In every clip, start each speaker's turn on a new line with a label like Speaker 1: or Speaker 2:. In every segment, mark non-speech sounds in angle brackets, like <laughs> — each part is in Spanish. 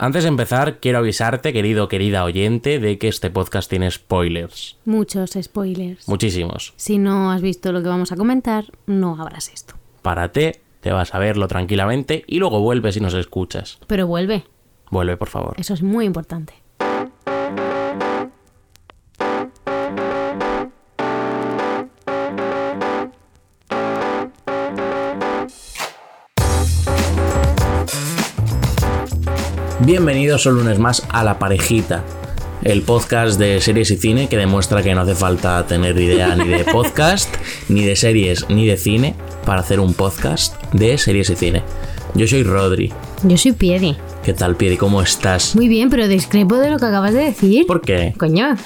Speaker 1: Antes de empezar, quiero avisarte, querido o querida oyente, de que este podcast tiene spoilers.
Speaker 2: Muchos spoilers.
Speaker 1: Muchísimos.
Speaker 2: Si no has visto lo que vamos a comentar, no habrás esto.
Speaker 1: Párate, te vas a verlo tranquilamente y luego vuelves y nos escuchas.
Speaker 2: Pero vuelve.
Speaker 1: Vuelve, por favor.
Speaker 2: Eso es muy importante.
Speaker 1: Bienvenidos un lunes más a La Parejita, el podcast de series y cine que demuestra que no hace falta tener idea ni de <laughs> podcast, ni de series, ni de cine para hacer un podcast de series y cine. Yo soy Rodri.
Speaker 2: Yo soy Piedi.
Speaker 1: ¿Qué tal, Pieri? ¿Cómo estás?
Speaker 2: Muy bien, pero discrepo de lo que acabas de decir.
Speaker 1: ¿Por qué? Ah.
Speaker 2: Coño.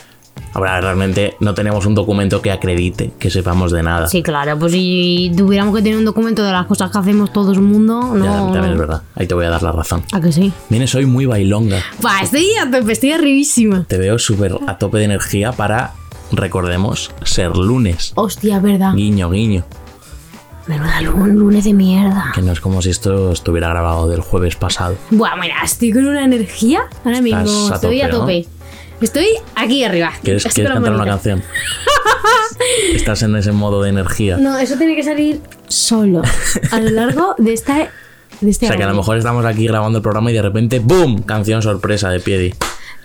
Speaker 1: Ahora, realmente no tenemos un documento que acredite que sepamos de nada.
Speaker 2: Sí, claro, pues si tuviéramos que tener un documento de las cosas que hacemos todo el mundo,
Speaker 1: Ya,
Speaker 2: no.
Speaker 1: también es verdad. Ahí te voy a dar la razón.
Speaker 2: ¿A que sí?
Speaker 1: Vienes hoy muy bailonga.
Speaker 2: Pa, estoy, a tope, estoy arribísima.
Speaker 1: Te veo súper a tope de energía para, recordemos, ser lunes.
Speaker 2: Hostia, es verdad.
Speaker 1: Guiño, guiño.
Speaker 2: Menuda un lunes de mierda.
Speaker 1: Que no es como si esto estuviera grabado del jueves pasado.
Speaker 2: Buah, mira, estoy con una energía ahora mismo.
Speaker 1: a
Speaker 2: Estoy
Speaker 1: tope,
Speaker 2: a
Speaker 1: ¿no?
Speaker 2: tope. Estoy aquí arriba.
Speaker 1: ¿Quieres,
Speaker 2: Así
Speaker 1: quieres
Speaker 2: con las
Speaker 1: cantar una
Speaker 2: manitas. <laughs>
Speaker 1: canción? Estás en ese modo de energía.
Speaker 2: No, eso tiene que salir solo. A lo largo de esta. De este
Speaker 1: O sea que a lo
Speaker 2: audio.
Speaker 1: mejor estamos aquí grabando el programa y de repente ¡BOOM! Canción sorpresa de Piedi.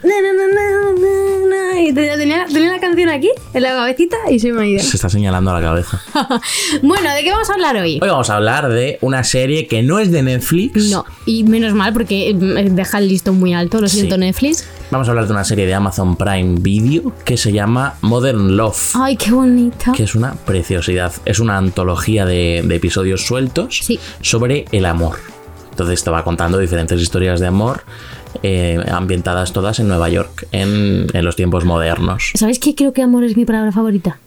Speaker 2: Na, na, na, na, na, na. Y tenía, tenía- tenía la canción aquí, en la cabecita, y se
Speaker 1: <laughs>
Speaker 2: me ha ido.
Speaker 1: Se está señalando a la cabeza.
Speaker 2: bueno, ¿de qué vamos a hablar hoy?
Speaker 1: Hoy vamos a hablar de una serie que no es de Netflix.
Speaker 2: No, y menos mal porque mm, deja el listón muy alto, lo siento
Speaker 1: Sí.
Speaker 2: Netflix.
Speaker 1: Vamos a hablar de una serie de Amazon Prime Video que se llama Modern Love.
Speaker 2: Ay, qué bonita.
Speaker 1: que es una preciosidad. Es una antología de, de episodios sueltos
Speaker 2: Sí.
Speaker 1: sobre el amor. Entonces te va contando diferentes historias de amor eh, ambientadas todas en Nueva York, en, en los tiempos modernos.
Speaker 2: ¿Sabes qué? Creo que amor es mi palabra favorita.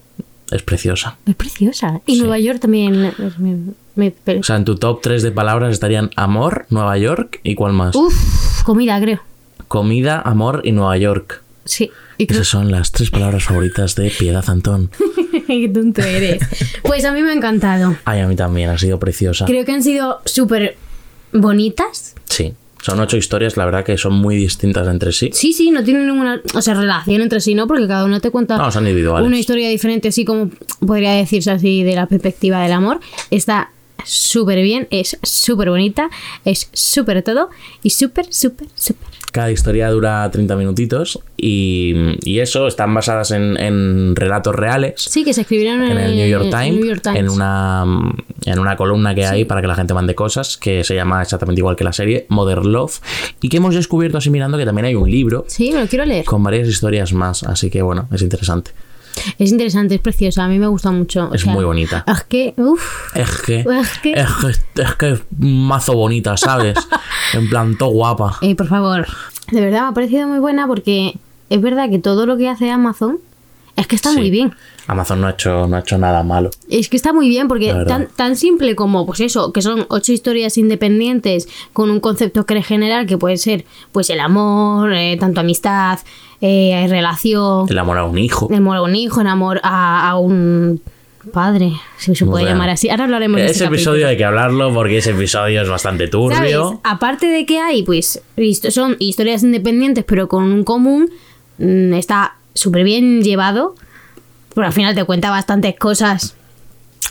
Speaker 1: Es preciosa.
Speaker 2: Es preciosa. Y Nueva York también es mi- me- pero-
Speaker 1: O sea, en tu top 3 de palabras estarían amor, Nueva York y cuál
Speaker 2: Uh.
Speaker 1: más.
Speaker 2: Uf, comida, creo.
Speaker 1: Comida, amor y Nueva York.
Speaker 2: Sí. Y creo
Speaker 1: Esas son las tres palabras favoritas de Piedad Antón.
Speaker 2: <laughs> que tonto eres. Pues a mí me ha encantado.
Speaker 1: Ay, a mí también, ha sido preciosa.
Speaker 2: Creo que han sido súper bonitas.
Speaker 1: Sí. Son ocho historias, la verdad que son muy distintas entre sí.
Speaker 2: Sí, sí, no tienen ninguna o sea, relación entre sí, ¿no? Porque cada una te cuenta
Speaker 1: No, son individuales.
Speaker 2: una historia diferente, así como podría decirse así, de la perspectiva del amor. Está súper bien, es súper bonita, es súper todo y súper, súper, súper.
Speaker 1: Cada historia dura 30 minutitos y, y eso, están basadas en, en relatos reales.
Speaker 2: Sí, que se escribieron en,
Speaker 1: En el New York
Speaker 2: en el
Speaker 1: Times,
Speaker 2: New York Times.
Speaker 1: en una en una columna que hay para que la gente mande cosas, que se llama exactamente igual que la serie, Modern Love, y que hemos descubierto así mirando que también hay un libro
Speaker 2: Sí, me lo quiero leer.
Speaker 1: con varias historias más, así que bueno, es interesante.
Speaker 2: Es interesante, es preciosa, a mí me gusta mucho. o
Speaker 1: Es
Speaker 2: sea, ah,
Speaker 1: muy bonita.
Speaker 2: Es que, uff,
Speaker 1: Es que,
Speaker 2: Pues Es que-
Speaker 1: es que es que es mazo bonita,
Speaker 2: <laughs>
Speaker 1: ¿sabes? en plan, todo guapa.
Speaker 2: eh, por favor, de verdad me ha parecido muy buena porque es verdad que todo lo que hace Amazon es que está
Speaker 1: Sí.
Speaker 2: muy bien.
Speaker 1: Amazon no ha hecho, no ha hecho nada malo.
Speaker 2: Es que está muy bien porque
Speaker 1: La verdad.
Speaker 2: tan, tan simple como, pues eso, que son ocho historias independientes con un concepto que eres general que puede ser, pues el amor, eh, tanto amistad, eh, relación,
Speaker 1: El amor a un hijo.
Speaker 2: el amor a un hijo, el amor a, a un padre, si se
Speaker 1: Muy
Speaker 2: puede
Speaker 1: bien. Eh,
Speaker 2: llamar así. Ahora hablaremos de
Speaker 1: Ese
Speaker 2: ese capítulo.
Speaker 1: episodio hay que hablarlo porque ese episodio es bastante
Speaker 2: ¿Sabes?
Speaker 1: turbio.
Speaker 2: Aparte de que hay, pues, listo, son historias independientes, pero con un común, mm, está súper bien llevado. Pero al final te cuenta bastantes cosas.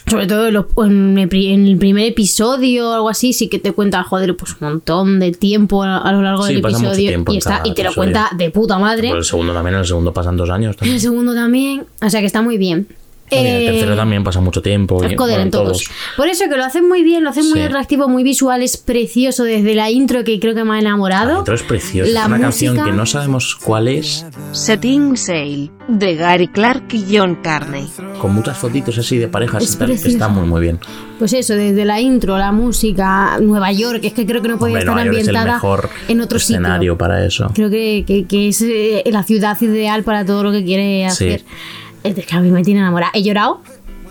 Speaker 2: Sobre todo en, los- en el, pri- en el primer episodio o algo así, sí que te cuenta, joder, pues un montón de tiempo a, a lo largo
Speaker 1: Sí,
Speaker 2: del
Speaker 1: pasa mucho
Speaker 2: episodio.
Speaker 1: tiempo
Speaker 2: Y,
Speaker 1: en
Speaker 2: está,
Speaker 1: cada
Speaker 2: y te lo
Speaker 1: episodio. Pues
Speaker 2: cuenta de puta madre.
Speaker 1: Por el segundo también, en el segundo pasan dos años. También.
Speaker 2: El segundo también. O sea que está muy bien.
Speaker 1: Y en el
Speaker 2: Eh,
Speaker 1: tercero también pasa mucho tiempo. y-
Speaker 2: Joder,
Speaker 1: bueno,
Speaker 2: en todos. Por eso que lo hacen muy bien, lo hacen muy
Speaker 1: Sí.
Speaker 2: atractivo, muy visual, es precioso desde la intro que creo que me ha enamorado.
Speaker 1: La intro es preciosa.
Speaker 2: La
Speaker 1: es una canción
Speaker 2: música-
Speaker 1: que no sabemos cuál es,
Speaker 3: Setting Sail, de Gary Clark y John Carney.
Speaker 1: con muchas fotitos así de parejas
Speaker 2: Es
Speaker 1: y tal, que
Speaker 2: preciosa.
Speaker 1: está muy, muy bien.
Speaker 2: Pues eso, desde la intro, la música, Nueva York, es que creo que no podía
Speaker 1: Hombre,
Speaker 2: estar
Speaker 1: Nueva York es el
Speaker 2: ambientada
Speaker 1: mejor
Speaker 2: en otro
Speaker 1: escenario para eso.
Speaker 2: sitio. Creo que, que- que es eh, la ciudad ideal para todo lo que quiere
Speaker 1: Sí.
Speaker 2: hacer. Es que a mí me tiene enamorada. He llorado,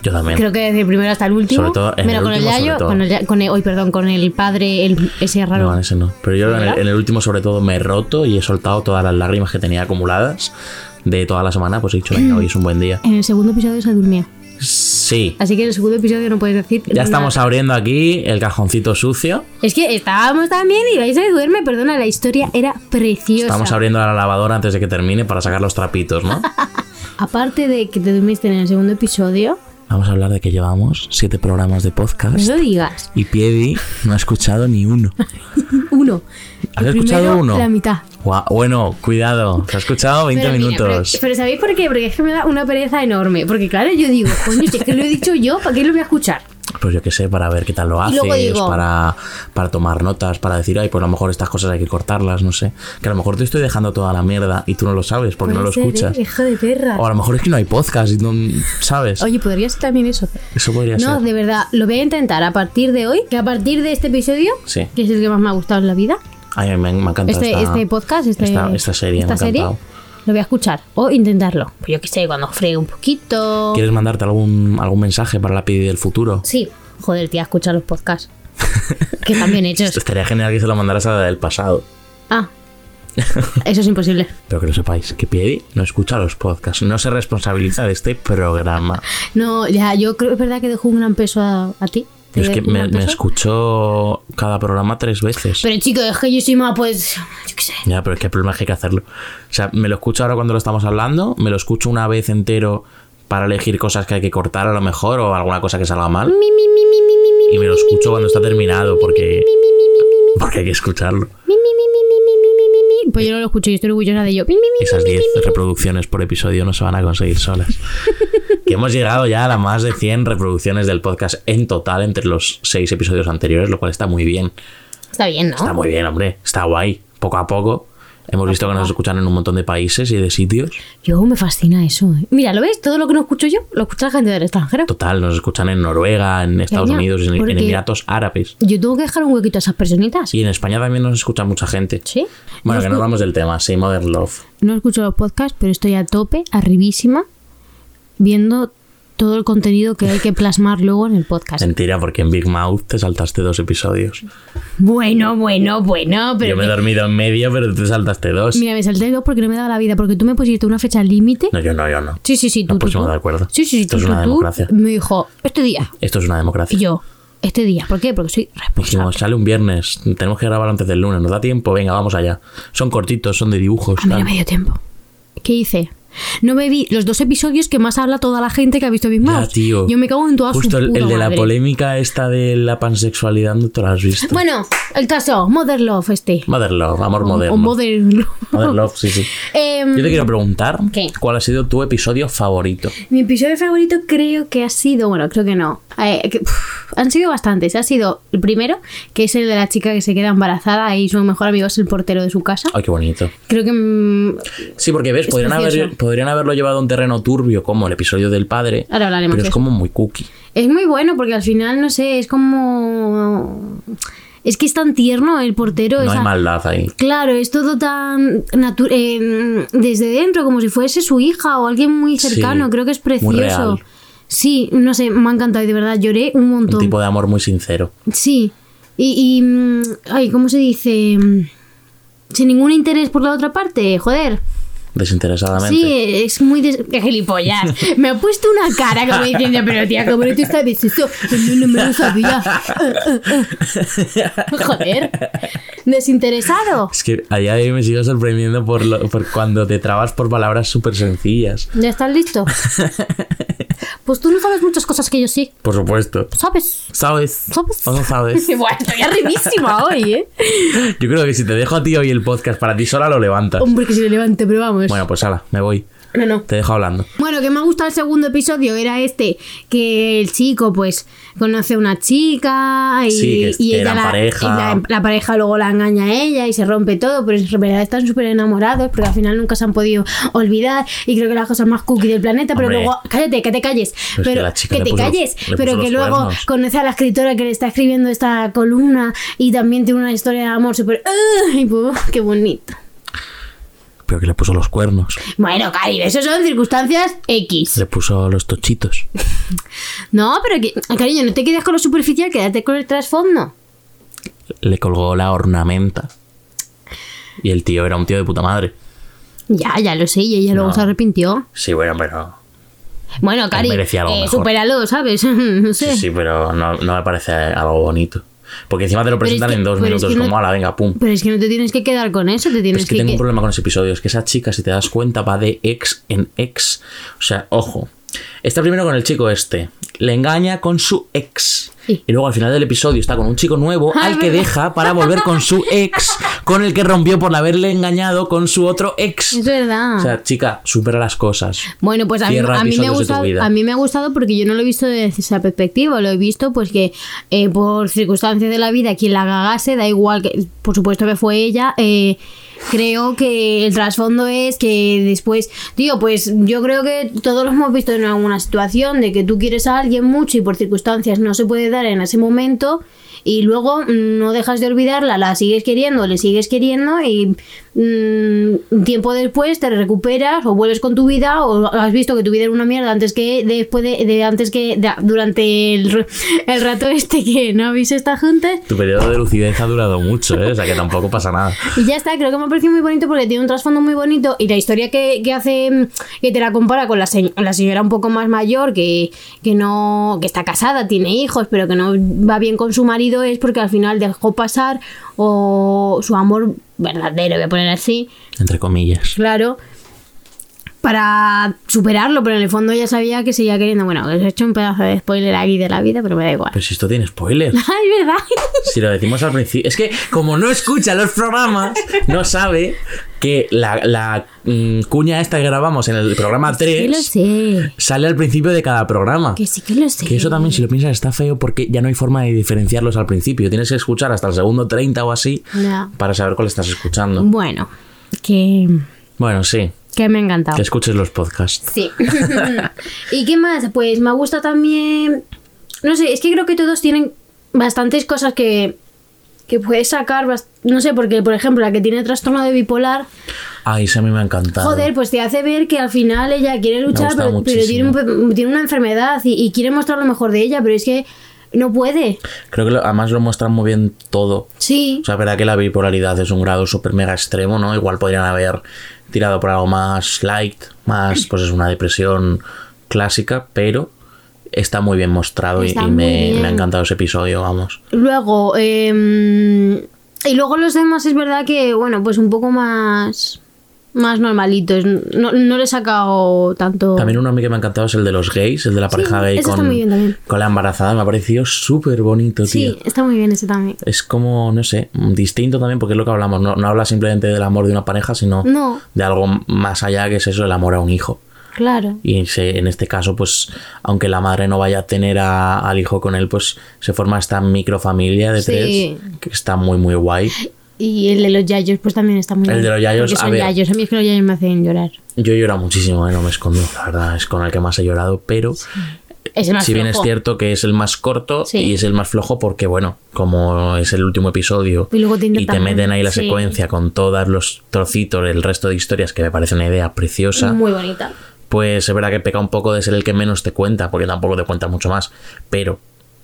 Speaker 1: Yo también.
Speaker 2: creo que desde el primero hasta el último.
Speaker 1: Sobre todo en
Speaker 2: Pero
Speaker 1: el
Speaker 2: con
Speaker 1: último,
Speaker 2: el
Speaker 1: sobre
Speaker 2: yayo,
Speaker 1: todo.
Speaker 2: con el, ya- con el- hoy, perdón, con el padre, el- ese raro.
Speaker 1: No, en ese no. Pero yo en el, en el último, sobre todo, me he roto y he soltado todas las lágrimas que tenía acumuladas de toda la semana. Pues he dicho, venga, hoy es un buen día.
Speaker 2: En el segundo episodio se durmió.
Speaker 1: Sí.
Speaker 2: Así que en el segundo episodio no puedes decir.
Speaker 1: Ya
Speaker 2: nada.
Speaker 1: estamos abriendo aquí el cajoncito sucio.
Speaker 2: Es que estábamos también y vais a duerme, perdona, la historia era preciosa.
Speaker 1: Estamos abriendo la lavadora antes de que termine para sacar los trapitos,
Speaker 2: <laughs>
Speaker 1: ¿no?
Speaker 2: Aparte de que te dormiste en el segundo episodio,
Speaker 1: Vamos a hablar de que llevamos siete programas de
Speaker 2: no
Speaker 1: podcast
Speaker 2: lo digas. <laughs>
Speaker 1: y Piedi no ha escuchado ni uno.
Speaker 2: Uno.
Speaker 1: ¿Has
Speaker 2: El
Speaker 1: escuchado
Speaker 2: primero,
Speaker 1: uno?
Speaker 2: La mitad.
Speaker 1: Gua- Bueno, cuidado, se ha escuchado 20
Speaker 2: Pero mira,
Speaker 1: minutos.
Speaker 2: pero, pero ¿sabéis por qué? Porque es que me da una pereza enorme. Porque claro, yo digo, <laughs> coño, si es que lo he dicho yo, ¿para qué lo voy a escuchar?
Speaker 1: Pues yo qué sé, para ver qué tal lo
Speaker 2: Y
Speaker 1: haces,
Speaker 2: luego digo-
Speaker 1: para, para tomar notas, para decir, ay, pues a lo mejor estas cosas hay que cortarlas, no sé. Que a lo mejor te estoy dejando toda la mierda y tú no lo sabes porque Pues no lo
Speaker 2: Puede ser,
Speaker 1: escuchas.
Speaker 2: ¿eh? Hijo de perra.
Speaker 1: O a lo mejor es que no hay podcast y no sabes.
Speaker 2: Oye, podría ser también eso.
Speaker 1: Eso podría
Speaker 2: No,
Speaker 1: ser.
Speaker 2: de verdad, lo voy a intentar a partir de hoy, que a partir de este episodio,
Speaker 1: Sí.
Speaker 2: que es el que más me ha gustado en la vida,
Speaker 1: Ay, me, me encanta
Speaker 2: este,
Speaker 1: esta,
Speaker 2: este podcast, este-
Speaker 1: esta, esta serie.
Speaker 2: esta
Speaker 1: me ha
Speaker 2: serie,
Speaker 1: encantado.
Speaker 2: lo voy a escuchar o intentarlo. Pues yo qué sé, cuando fregue un poquito.
Speaker 1: ¿Quieres mandarte algún, algún mensaje para la pidi del futuro?
Speaker 2: Oh. Sí, joder, tía, escuchar
Speaker 1: <laughs>
Speaker 2: los podcasts. que están bien hechos.
Speaker 1: Estaría genial que se lo mandaras a la del pasado.
Speaker 2: Ah, eso es imposible.
Speaker 1: Pero que lo sepáis, que Piedi no escucha los podcasts, no se responsabiliza de este programa.
Speaker 2: No, ya, yo creo es verdad que dejo un gran peso a, a ti.
Speaker 1: Yo
Speaker 2: ¿Te
Speaker 1: es que
Speaker 2: dejo un
Speaker 1: me,
Speaker 2: gran
Speaker 1: me
Speaker 2: peso?
Speaker 1: escuchó cada programa tres veces.
Speaker 2: Pero chicos, es que yo soy más, pues. Yo qué sé.
Speaker 1: Ya, pero es que el problema es que hay que hacerlo. O sea, me lo escucho ahora cuando lo estamos hablando, me lo escucho una vez entero para elegir cosas que hay que cortar a lo mejor o alguna cosa que salga mal.
Speaker 2: Mi, mi, mi, mi, mi, mi, mi,
Speaker 1: Y me lo
Speaker 2: mi, mi,
Speaker 1: escucho
Speaker 2: mi,
Speaker 1: cuando
Speaker 2: mi,
Speaker 1: está
Speaker 2: mi,
Speaker 1: terminado
Speaker 2: mi,
Speaker 1: porque,
Speaker 2: mi, mi, mi, mi, mi, mi,
Speaker 1: porque hay que escucharlo.
Speaker 2: mi, mi, mi, mi, mi, mi, mi, mi, mi, mi. Pues yo no lo escucho, yo estoy orgullosa de ello. Mi, mi, mi,
Speaker 1: Esas
Speaker 2: mi, mi,
Speaker 1: 10
Speaker 2: mi, mi.
Speaker 1: reproducciones por episodio no se van a conseguir solas.
Speaker 2: <laughs>
Speaker 1: que hemos llegado ya a las más de 100 reproducciones del podcast en total entre los 6 episodios anteriores, lo cual está muy bien.
Speaker 2: Está bien, ¿no?
Speaker 1: Está muy bien, hombre. Está guay. Poco a poco. Hemos visto que nos escuchan en un montón de países y de sitios.
Speaker 2: Yo me fascina eso. ¿eh? Mira, ¿lo ves? Todo lo que no escucho yo lo escucha la gente del extranjero.
Speaker 1: Total, nos escuchan en Noruega, en Estados
Speaker 2: Coño,
Speaker 1: Unidos, en, en
Speaker 2: porque-
Speaker 1: Emiratos Árabes.
Speaker 2: Yo tengo que dejar un huequito a esas personitas.
Speaker 1: Y en España también nos escucha mucha gente.
Speaker 2: ¿Sí?
Speaker 1: Bueno,
Speaker 2: no,
Speaker 1: que
Speaker 2: escu-
Speaker 1: nos vamos del tema. Sí, Mother Love.
Speaker 2: no escucho los podcasts, pero estoy a tope, arribísima, viendo todo el contenido que hay que plasmar luego en el podcast.
Speaker 1: Mentira, porque en Big Mouth te saltaste dos episodios.
Speaker 2: Bueno, bueno, bueno, pero...
Speaker 1: Yo me he
Speaker 2: que-
Speaker 1: dormido en medio, pero te saltaste dos.
Speaker 2: Mira, me salté dos porque no me daba la vida, porque tú me pusiste una fecha límite.
Speaker 1: No, yo no, yo no.
Speaker 2: Sí, sí, sí, tú,
Speaker 1: Nos
Speaker 2: tú,
Speaker 1: pusimos
Speaker 2: tú.
Speaker 1: de acuerdo.
Speaker 2: Sí, sí, sí,
Speaker 1: Esto
Speaker 2: tú,
Speaker 1: es una
Speaker 2: tú, tú.
Speaker 1: democracia.
Speaker 2: Me dijo, este día.
Speaker 1: Esto es una democracia.
Speaker 2: Y yo, este día. ¿Por qué? Porque soy responsable.
Speaker 1: Dijimos, sale un viernes, tenemos que grabar antes del lunes, nos da tiempo, venga, vamos allá. Son cortitos, son de dibujos.
Speaker 2: A mí no
Speaker 1: tal.
Speaker 2: me dio tiempo. ¿Qué hice? No me vi los dos episodios que más habla toda la gente que ha visto Big
Speaker 1: Ya,
Speaker 2: Mouth.
Speaker 1: tío.
Speaker 2: Yo me cago en toda su
Speaker 1: Justo el,
Speaker 2: puta
Speaker 1: el de la
Speaker 2: madre.
Speaker 1: polémica esta de la pansexualidad, no te lo has visto.
Speaker 2: Bueno, el caso, Mother Love este.
Speaker 1: Mother Love, amor moderno.
Speaker 2: O Mother
Speaker 1: Mother
Speaker 2: Love.
Speaker 1: Love, sí, sí.
Speaker 2: Em,
Speaker 1: Yo te quiero preguntar
Speaker 2: ¿Qué?
Speaker 1: cuál ha sido tu episodio favorito.
Speaker 2: Mi episodio favorito creo que ha sido, bueno, creo que no. Eh, que- uf, han sido bastantes. Ha sido el primero, que es el de la chica que se queda embarazada y su mejor amigo es el portero de su casa.
Speaker 1: Ay, qué bonito.
Speaker 2: Creo que... mm,
Speaker 1: Sí, porque ves,
Speaker 2: Es
Speaker 1: podrían, haber,
Speaker 2: precioso.
Speaker 1: podrían haberlo llevado a un terreno turbio como el episodio del padre.
Speaker 2: Ahora hablaremos
Speaker 1: Pero
Speaker 2: de
Speaker 1: es
Speaker 2: eso.
Speaker 1: como muy cookie.
Speaker 2: Es muy bueno porque al final, no sé, es como... Es que es tan tierno el portero.
Speaker 1: No hay
Speaker 2: esa-
Speaker 1: maldad ahí.
Speaker 2: Claro, es todo tan natu- eh, desde dentro, como si fuese su hija o alguien muy
Speaker 1: Sí,
Speaker 2: cercano. Creo que es
Speaker 1: muy
Speaker 2: precioso.
Speaker 1: real.
Speaker 2: Sí, no sé, me ha encantado y de verdad lloré un
Speaker 1: Un
Speaker 2: montón.
Speaker 1: tipo de amor muy sincero.
Speaker 2: Sí. Y, y, mm, ay, ¿cómo se dice? Mm, Sin ningún interés por la otra parte, joder.
Speaker 1: Desinteresadamente.
Speaker 2: Sí, es muy des... ¡Qué gilipollas.
Speaker 1: <laughs>
Speaker 2: Me ha puesto una cara como diciendo, pero tía, ¿cómo no te sabes eso? No, no me
Speaker 1: <laughs>
Speaker 2: lo sabía. <laughs> Eh, eh, eh. Joder. Desinteresado.
Speaker 1: Es que a día de hoy me sigo sorprendiendo por, lo- por cuando te trabas por palabras súper sencillas.
Speaker 2: ¿Ya estás <laughs> listo? Pues tú no sabes muchas cosas que yo sí.
Speaker 1: Por supuesto.
Speaker 2: ¿Sabes?
Speaker 1: ¿Sabes?
Speaker 2: ¿Sabes?
Speaker 1: ¿O no sabes?
Speaker 2: <laughs> Bueno, estoy <laughs> arribísima hoy, ¿eh?
Speaker 1: Yo creo que si te dejo a ti hoy el podcast para ti sola lo levantas.
Speaker 2: Hombre, que si lo levante, pero vamos.
Speaker 1: Bueno, pues ala, me voy.
Speaker 2: No, no.
Speaker 1: Te dejo hablando.
Speaker 2: Bueno, que me ha gustado el segundo episodio, era este, que el chico pues conoce a una chica y,
Speaker 1: Sí, que es-
Speaker 2: y
Speaker 1: que
Speaker 2: ella
Speaker 1: eran
Speaker 2: la,
Speaker 1: pareja.
Speaker 2: y la- la pareja luego la engaña a ella y se rompe todo, pero en realidad están súper enamorados porque al final nunca se han podido olvidar y creo que las cosas más cookie del planeta, pero
Speaker 1: Hombre.
Speaker 2: luego, cállate, que te calles,
Speaker 1: Pero es que
Speaker 2: pero
Speaker 1: la chica
Speaker 2: que
Speaker 1: le
Speaker 2: te
Speaker 1: puso los-
Speaker 2: calles,
Speaker 1: le
Speaker 2: pero
Speaker 1: puso
Speaker 2: que
Speaker 1: los
Speaker 2: luego
Speaker 1: cuernos.
Speaker 2: conoce a la escritora que le está escribiendo esta columna y también tiene una historia de amor súper... ¡Ay, pues, qué bonito!
Speaker 1: Pero que le puso los cuernos.
Speaker 2: Bueno, Cari, eso son circunstancias X.
Speaker 1: Le puso los tochitos.
Speaker 2: No, pero que, ah, cariño, no te quedes con lo superficial, quédate con el trasfondo.
Speaker 1: Le colgó la ornamenta. Y el tío era un tío de puta madre.
Speaker 2: Ya, ya lo sé, y ella luego
Speaker 1: No.
Speaker 2: se arrepintió.
Speaker 1: Sí, bueno, pero.
Speaker 2: Bueno, Cari,
Speaker 1: merecía algo
Speaker 2: eh,
Speaker 1: mejor.
Speaker 2: supéralo, ¿sabes? <laughs> no sé.
Speaker 1: Sí, sí, pero no, no me parece algo bonito. Porque encima te lo
Speaker 2: Pero es
Speaker 1: presentan
Speaker 2: que-
Speaker 1: en dos
Speaker 2: pero es
Speaker 1: minutos,
Speaker 2: que no-
Speaker 1: como, ala, venga, pum.
Speaker 2: Pero es que no te tienes que quedar con eso, te tienes
Speaker 1: es que,
Speaker 2: que...
Speaker 1: tengo un
Speaker 2: que-
Speaker 1: problema con ese episodio. Es que esa chica, si te das cuenta, va de ex en ex. O sea, ojo. Está primero con el chico este. Le engaña con su ex.
Speaker 2: Sí.
Speaker 1: Y luego al final del episodio está con un chico nuevo
Speaker 2: Ah,
Speaker 1: al que
Speaker 2: verdad.
Speaker 1: deja para volver con su ex, con el que rompió por haberle engañado con su otro ex.
Speaker 2: Es verdad.
Speaker 1: O sea, chica, supera las cosas.
Speaker 2: Bueno, pues a mí,
Speaker 1: Cierra
Speaker 2: a mí me ha
Speaker 1: episodios de tu
Speaker 2: gustado,
Speaker 1: vida.
Speaker 2: a mí me ha gustado porque yo no lo he visto desde esa perspectiva, lo he visto pues que eh, por circunstancias de la vida quien la cagase, da igual que, por supuesto que fue ella, eh, creo que el trasfondo es que después, tío, pues yo creo que todos los hemos visto en alguna situación de que tú quieres a alguien mucho y por circunstancias no se puede dar en ese momento. Y luego mm, no dejas de olvidarla, la sigues queriendo, le sigues queriendo y mm, un tiempo después te recuperas o vuelves con tu vida o has visto que tu vida era una mierda antes que después de, de- antes que de- durante el, r- el rato este que no habéis estado juntas
Speaker 1: Tu periodo de lucidez ha durado mucho, ¿eh? O sea, que tampoco pasa nada.
Speaker 2: y ya está, creo que me ha parecido muy bonito porque tiene un trasfondo muy bonito y la historia que, que hace, mm, que te la compara con la, se- la señora un poco más mayor, que, que no, que está casada, tiene hijos, pero que no va bien con su marido, es porque al final dejó pasar o su amor verdadero, voy a poner así,
Speaker 1: Entre comillas.
Speaker 2: claro, para superarlo, pero en el fondo ya sabía que seguía queriendo, bueno, os he hecho un pedazo de spoiler aquí de la vida, pero me da igual. <laughs>
Speaker 1: Pero si esto tiene spoilers.
Speaker 2: Ay, ¿verdad?
Speaker 1: Si lo decimos al principio. Es que como no escucha los programas, no sabe que la, la, mm, cuña esta que grabamos en el programa
Speaker 2: Que lo
Speaker 1: 3
Speaker 2: sé,
Speaker 1: sale al principio de cada programa.
Speaker 2: que sí que lo sé.
Speaker 1: Que eso también, si lo piensas, está feo porque ya no hay forma de diferenciarlos al principio. Tienes que escuchar hasta el segundo 30 o así
Speaker 2: Ya.
Speaker 1: para saber cuál estás escuchando.
Speaker 2: Bueno, que,
Speaker 1: Bueno, sí,
Speaker 2: que me ha encantado.
Speaker 1: que escuches los podcasts.
Speaker 2: Sí. <laughs> ¿Y qué más? Pues me gusta también... No sé, es que creo que todos tienen bastantes cosas que, que puedes sacar. bast- No sé, porque por ejemplo la que tiene trastorno de bipolar,
Speaker 1: Ay, esa a mí me ha encantado.
Speaker 2: joder, pues te hace ver que al final ella quiere luchar,
Speaker 1: gusta
Speaker 2: pero, pero tiene, un
Speaker 1: muchísimo.
Speaker 2: pe- tiene una enfermedad y, y quiere mostrar lo mejor de ella, pero es que no puede.
Speaker 1: Creo que lo- además lo muestran muy bien todo.
Speaker 2: Sí.
Speaker 1: O sea, es verdad que la bipolaridad es un grado súper mega extremo, ¿no? Igual podrían haber tirado por algo más light, más, pues es una depresión clásica, pero está muy bien mostrado y-
Speaker 2: Está
Speaker 1: y,
Speaker 2: muy
Speaker 1: me,
Speaker 2: bien.
Speaker 1: me ha encantado ese episodio, vamos.
Speaker 2: Luego, em, y luego los demás es verdad que, bueno, pues un poco más más normalitos. No, no le he sacado tanto.
Speaker 1: También uno a mí que me ha encantado es el de los gays, el de la pareja gay
Speaker 2: ese está
Speaker 1: con,
Speaker 2: muy bien también.
Speaker 1: con la embarazada, me ha parecido súper bonito, tío.
Speaker 2: sí, está muy bien ese también.
Speaker 1: Es como, no sé, distinto también porque es lo que hablamos, no, no habla simplemente del amor de una pareja, sino
Speaker 2: No,
Speaker 1: de algo más allá que es eso, el amor a un hijo.
Speaker 2: claro.
Speaker 1: Y se- en este caso, pues, aunque la madre no vaya a tener a- al hijo con él, pues se forma esta microfamilia de
Speaker 2: Sí.
Speaker 1: tres que está muy, muy guay.
Speaker 2: Y el de los yayos, pues también está muy
Speaker 1: El
Speaker 2: bien.
Speaker 1: de los yayos,
Speaker 2: Porque
Speaker 1: a
Speaker 2: son
Speaker 1: ver.
Speaker 2: yayos. A mí es que los yayos me hacen llorar.
Speaker 1: Yo he llorado muchísimo, eh, no me escondo, la verdad, es con el que más he llorado, pero
Speaker 2: Es el más
Speaker 1: si bien es
Speaker 2: flojo.
Speaker 1: cierto que es el más corto
Speaker 2: Sí.
Speaker 1: y es el más flojo porque, bueno, como es el último episodio
Speaker 2: Y luego te intentan-
Speaker 1: meten ahí la
Speaker 2: sí.
Speaker 1: secuencia con todos los trocitos, el resto de historias que me parece una idea preciosa.
Speaker 2: Muy bonita.
Speaker 1: pues es verdad que peca un poco de ser el que menos te cuenta, porque tampoco te cuenta mucho más. Pero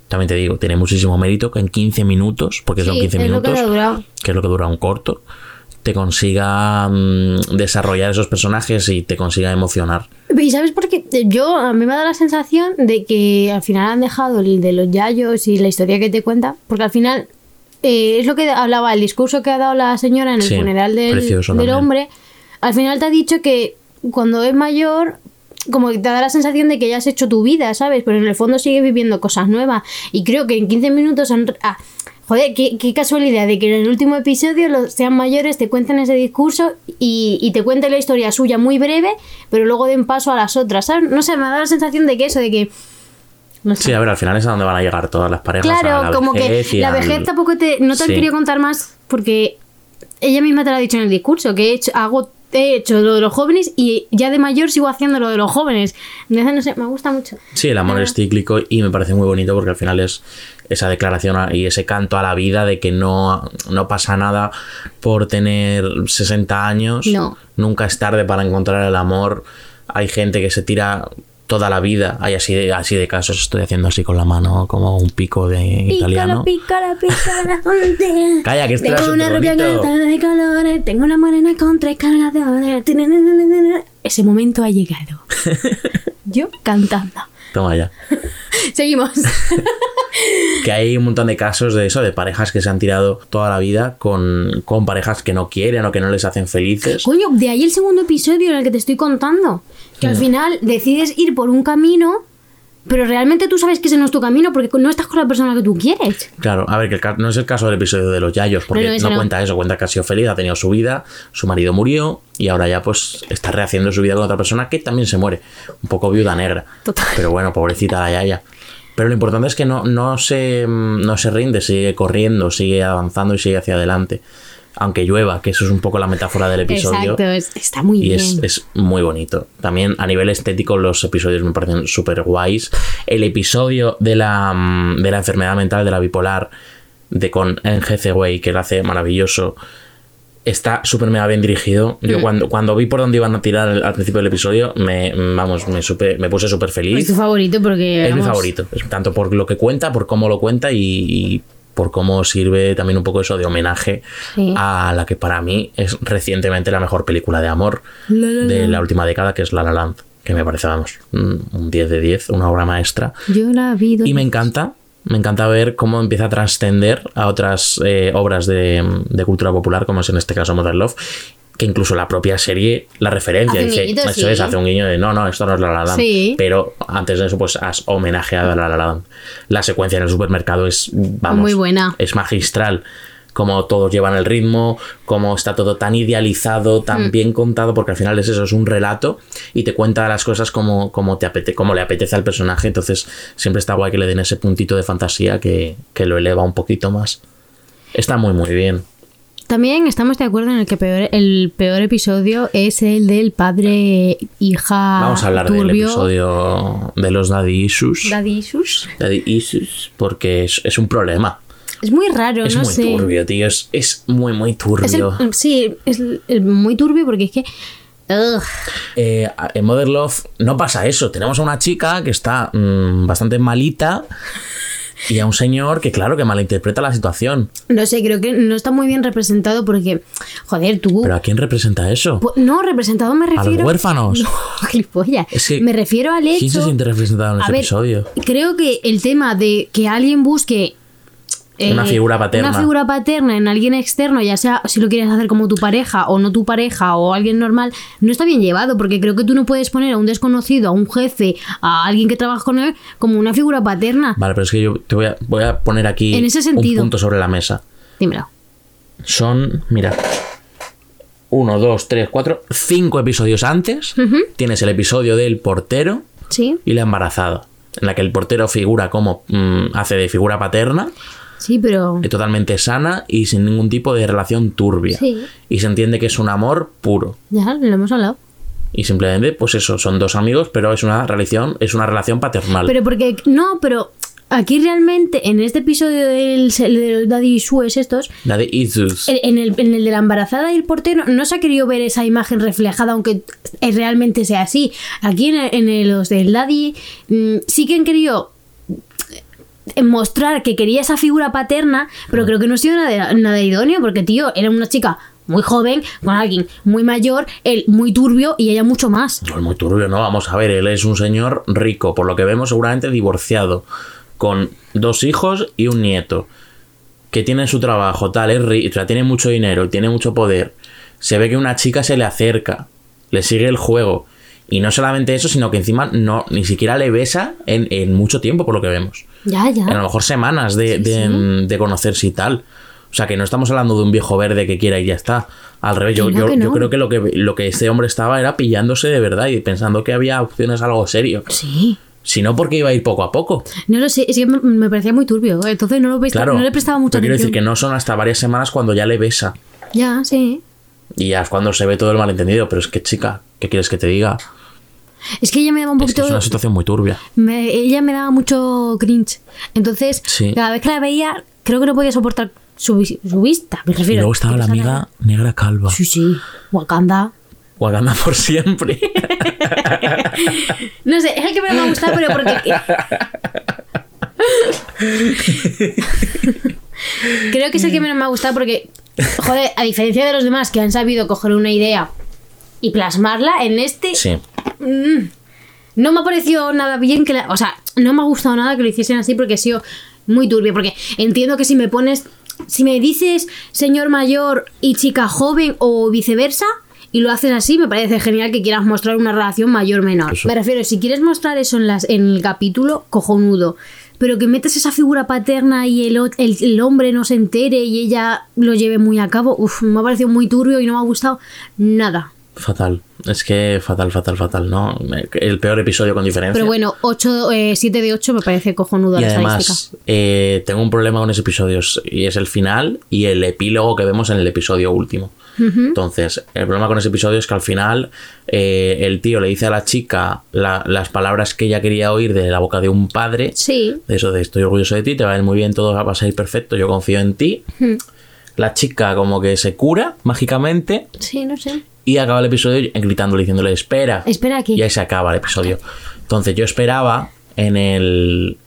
Speaker 1: también te digo, tiene muchísimo mérito que en 15 minutos, porque son
Speaker 2: Sí,
Speaker 1: 15
Speaker 2: es lo que
Speaker 1: minutos,
Speaker 2: le ha durado.
Speaker 1: que es lo que dura un corto, te consiga mm, desarrollar esos personajes y te consiga emocionar.
Speaker 2: ¿Y sabes por qué? Yo, a mí me da la sensación de que al final han dejado el de los yayos y la historia que te cuenta, porque al final eh, es lo que hablaba, el discurso que ha dado la señora en el
Speaker 1: Sí,
Speaker 2: funeral del,
Speaker 1: precioso
Speaker 2: del
Speaker 1: también.
Speaker 2: hombre, al final te ha dicho que cuando es mayor, como que te da la sensación de que ya has hecho tu vida, ¿sabes? Pero en el fondo sigues viviendo cosas nuevas. Y creo que en 15 minutos han... ah, joder, qué, qué casualidad de que en el último episodio los sean mayores, te cuenten ese discurso y, y te cuenten la historia suya muy breve, pero luego den paso a las otras, ¿sabes? No sé, me da la sensación de que eso, de que... No sé.
Speaker 1: Sí, a ver, al final es a donde van a llegar todas las parejas. a
Speaker 2: Claro,
Speaker 1: la
Speaker 2: como que
Speaker 1: vejez y
Speaker 2: la
Speaker 1: al-
Speaker 2: vejez tampoco te. No te han
Speaker 1: Sí.
Speaker 2: querido contar más porque ella misma te lo ha dicho en el discurso, que he hecho, hago, he hecho lo de los jóvenes y ya de mayor sigo haciendo lo de los jóvenes. Entonces, no sé, me gusta mucho.
Speaker 1: Sí, el amor es cíclico y me parece muy bonito porque al final es esa declaración a- y ese canto a la vida de que no, no pasa nada por tener 60 años.
Speaker 2: No.
Speaker 1: Nunca es tarde para encontrar el amor. Hay gente que se tira toda la vida hay así de, así de casos. Estoy haciendo así con la mano como un pico de italiano. <laughs>
Speaker 2: Pícala, pícala, pícala.
Speaker 1: Calla, que esto era
Speaker 2: Tengo una
Speaker 1: súper
Speaker 2: rubia
Speaker 1: bonito.
Speaker 2: cantante de colores, tengo una morena con tres cargadores. Ese momento ha llegado.
Speaker 1: <laughs>
Speaker 2: Yo cantando.
Speaker 1: Toma ya.
Speaker 2: Seguimos.
Speaker 1: Que hay un montón de casos de eso, de parejas que se han tirado toda la vida con, con parejas que no quieren o que no les hacen felices.
Speaker 2: Coño, de ahí el segundo episodio en el que te estoy contando. Que al final decides ir por un camino, pero realmente tú sabes que ese no es tu camino porque no estás con la persona que tú quieres.
Speaker 1: Claro, a ver, que el ca- no es el caso del episodio de los Yayos, porque
Speaker 2: No, no,
Speaker 1: no,
Speaker 2: ese no.
Speaker 1: cuenta eso, cuenta que ha sido feliz, ha tenido su vida, su marido murió y ahora ya pues está rehaciendo su vida con otra persona que también se muere, un poco viuda negra.
Speaker 2: Total.
Speaker 1: Pero bueno, pobrecita la Yaya. Pero lo importante es que no, no, se, mm, no se rinde, sigue corriendo, sigue avanzando y sigue hacia adelante. Aunque llueva, que eso es un poco la metáfora del episodio.
Speaker 2: Exacto, es- está muy
Speaker 1: Y
Speaker 2: bien.
Speaker 1: es, es muy bonito. También a nivel estético los episodios me parecen súper guays. El episodio de la, mm, de la enfermedad mental, de la bipolar, de con NGC Way, que lo hace maravilloso, está súper mega bien dirigido.
Speaker 2: Mm.
Speaker 1: Yo cuando, cuando vi por dónde iban a tirar al- al principio del episodio, me, vamos, me, supe- me puse súper
Speaker 2: Es
Speaker 1: feliz.
Speaker 2: tu favorito porque.
Speaker 1: Es mi
Speaker 2: vamos,
Speaker 1: favorito, es tanto por lo que cuenta, por cómo lo cuenta y, y por cómo sirve también un poco eso de homenaje
Speaker 2: Sí.
Speaker 1: a la que para mí es recientemente la mejor película de amor
Speaker 2: La La
Speaker 1: de la última década, que es La La Land, que me parece, vamos, un un 10 de 10, una obra maestra.
Speaker 2: Yo la vi. dos-
Speaker 1: Y me encanta, me encanta ver cómo empieza a trascender a otras eh, obras de, de cultura popular, como es en este caso Mother Love, que incluso la propia serie la referencia.
Speaker 2: Hace un
Speaker 1: dice,
Speaker 2: guiñito,
Speaker 1: eso
Speaker 2: sí.
Speaker 1: es, hace un guiño de no, no, esto no es La La Land.
Speaker 2: Sí.
Speaker 1: Pero antes de eso, pues has homenajeado a La La Land. La secuencia en el supermercado es, vamos,
Speaker 2: Muy buena.
Speaker 1: es magistral. Cómo todos llevan el ritmo, cómo está todo tan idealizado,
Speaker 2: Mm.
Speaker 1: tan bien contado, porque al final es eso, es un relato y te cuenta las cosas como, como, te apete, como le apetece al personaje. Entonces, siempre está guay que le den ese puntito de fantasía que, que lo eleva un poquito más. Está muy, muy bien.
Speaker 2: También estamos de acuerdo en el que peor, el peor episodio es el del padre hija.
Speaker 1: Vamos a hablar del
Speaker 2: Ah, turbio,
Speaker 1: episodio de los Daddy Issues.
Speaker 2: Daddy issues.
Speaker 1: Daddy Issues, porque es, es un problema.
Speaker 2: Es muy raro,
Speaker 1: es
Speaker 2: no
Speaker 1: muy
Speaker 2: sé.
Speaker 1: turbio, tío. Es, es muy, muy
Speaker 2: Es el-
Speaker 1: turbio.
Speaker 2: sí, es el- el muy turbio porque es que. ugh,
Speaker 1: Eh, en Mother Love no pasa eso. Tenemos a una chica que está mm, bastante malita y a un señor que, claro, que malinterpreta la situación.
Speaker 2: no sé, creo que no está muy bien representado porque. Joder, tú.
Speaker 1: ¿Pero a quién representa eso?
Speaker 2: Pu- No, representado me
Speaker 1: ¿A
Speaker 2: refiero.
Speaker 1: los huérfanos?
Speaker 2: <laughs> No, gilipollas.
Speaker 1: Es que-
Speaker 2: me refiero al hecho.
Speaker 1: ¿Quién se siente representado en este episodio?
Speaker 2: creo que el tema de que alguien busque. eh,
Speaker 1: Una figura paterna.
Speaker 2: Una figura paterna en alguien externo, ya sea si lo quieres hacer como tu pareja o no tu pareja o alguien normal, no está bien llevado porque creo que tú no puedes poner a un desconocido, a un jefe, a alguien que trabaja con él como una figura paterna.
Speaker 1: Vale, pero es que yo te voy a, voy a poner aquí
Speaker 2: En ese sentido.
Speaker 1: un punto sobre la mesa.
Speaker 2: Dímelo.
Speaker 1: Son, mira, uno, dos, tres, cuatro, cinco episodios antes. Tienes el episodio del portero
Speaker 2: Sí,
Speaker 1: y la embarazada, en la que el portero figura como mm, hace de figura paterna.
Speaker 2: sí, pero.
Speaker 1: eh, totalmente sana y sin ningún tipo de relación turbia.
Speaker 2: Sí.
Speaker 1: Y se entiende que es un amor puro.
Speaker 2: Ya, lo hemos hablado.
Speaker 1: Y simplemente, pues eso, son dos amigos, pero es una relación, es una relación paternal.
Speaker 2: Pero porque. No, pero aquí realmente, en este episodio del, de los Daddy Suez estos,
Speaker 1: la de Isus.
Speaker 2: En- En el, en el de la embarazada y el portero no se ha querido ver esa imagen reflejada, aunque eh, realmente sea así. Aquí en, el- en el- los del Daddy mm, sí que han querido eh, mostrar que quería esa figura paterna, pero creo que no ha sido nada, nada idóneo, porque tío, era una chica muy joven, con alguien muy mayor, él muy turbio y ella mucho más.
Speaker 1: No es muy turbio, ¿no? Vamos a ver, él es un señor rico, por lo que vemos seguramente divorciado, con dos hijos y un nieto, que tiene su trabajo, tal, es rico, tiene mucho dinero, tiene mucho poder. Se ve que una chica se le acerca, le sigue el juego. Y no solamente eso, sino que encima no, ni siquiera le besa en, en mucho tiempo, por lo que vemos.
Speaker 2: Ya, ya.
Speaker 1: A lo mejor semanas de, de, de conocerse y tal. O sea, que no estamos hablando de un viejo verde que quiera y ya está. Al revés, yo,
Speaker 2: Que no,
Speaker 1: yo-
Speaker 2: que no.
Speaker 1: yo creo que lo, que lo que este hombre estaba era pillándose de verdad y pensando que había opciones a algo serio.
Speaker 2: Sí.
Speaker 1: Si no, porque iba a ir poco a poco.
Speaker 2: No lo sé, es que me- me parecía muy turbio, entonces no, lo presta-
Speaker 1: Claro.
Speaker 2: no le prestaba mucha
Speaker 1: pero quiero
Speaker 2: atención.
Speaker 1: decir que no son hasta varias semanas cuando ya le besa.
Speaker 2: Ya, sí.
Speaker 1: Y ya es cuando se ve todo el malentendido. Pero es que, chica, ¿qué quieres que te diga?
Speaker 2: Es que ella me daba un
Speaker 1: Es que
Speaker 2: poquito...
Speaker 1: es una situación muy turbia.
Speaker 2: Me- ella me daba mucho cringe. Entonces,
Speaker 1: Sí.
Speaker 2: cada vez que la veía, creo que no podía soportar su, vis- su vista, me
Speaker 1: Y
Speaker 2: refiero.
Speaker 1: luego estaba la amiga negra calva.
Speaker 2: Sí, sí, Wakanda. <laughs>
Speaker 1: Wakanda por siempre.
Speaker 2: No sé, es el que me va a gustar, pero
Speaker 1: <laughs>
Speaker 2: porque. Creo que es el que menos me ha gustado porque, joder, a diferencia de los demás que han sabido coger una idea y plasmarla, en este
Speaker 1: Sí.
Speaker 2: mm, no me ha parecido nada bien que la. O sea, no me ha gustado nada que lo hiciesen así porque ha sido muy turbio. Porque entiendo que si me pones. Si me dices señor mayor y chica joven o viceversa. Y lo haces así, me parece genial que quieras mostrar una relación mayor-menor.
Speaker 1: Eso.
Speaker 2: Me refiero, si quieres mostrar eso en, las, en el capítulo, cojonudo. Pero que metas esa figura paterna y el, o- el- el hombre no se entere y ella lo lleve muy a cabo, uf, me ha parecido muy turbio y no me ha gustado nada.
Speaker 1: Fatal. Es que fatal, fatal, fatal, ¿no? El peor episodio con diferencia.
Speaker 2: Pero bueno, 8, 7 de 8 me parece cojonudo
Speaker 1: y
Speaker 2: la
Speaker 1: además,
Speaker 2: estadística.
Speaker 1: eh, tengo un problema con ese episodio y es el final y el epílogo que vemos en el episodio último. Entonces, el problema con ese episodio es que al final eh, el tío le dice a la chica la- las palabras que ella quería oír de la boca de un padre.
Speaker 2: Sí,
Speaker 1: De eso de estoy orgulloso de ti, te va a ir muy bien, todo va a salir perfecto, yo confío en ti. La chica como que se cura mágicamente
Speaker 2: sí, no sé.
Speaker 1: y acaba el episodio gritándole, diciéndole, espera.
Speaker 2: Espera aquí.
Speaker 1: Y ahí se acaba el episodio. Entonces yo esperaba en el...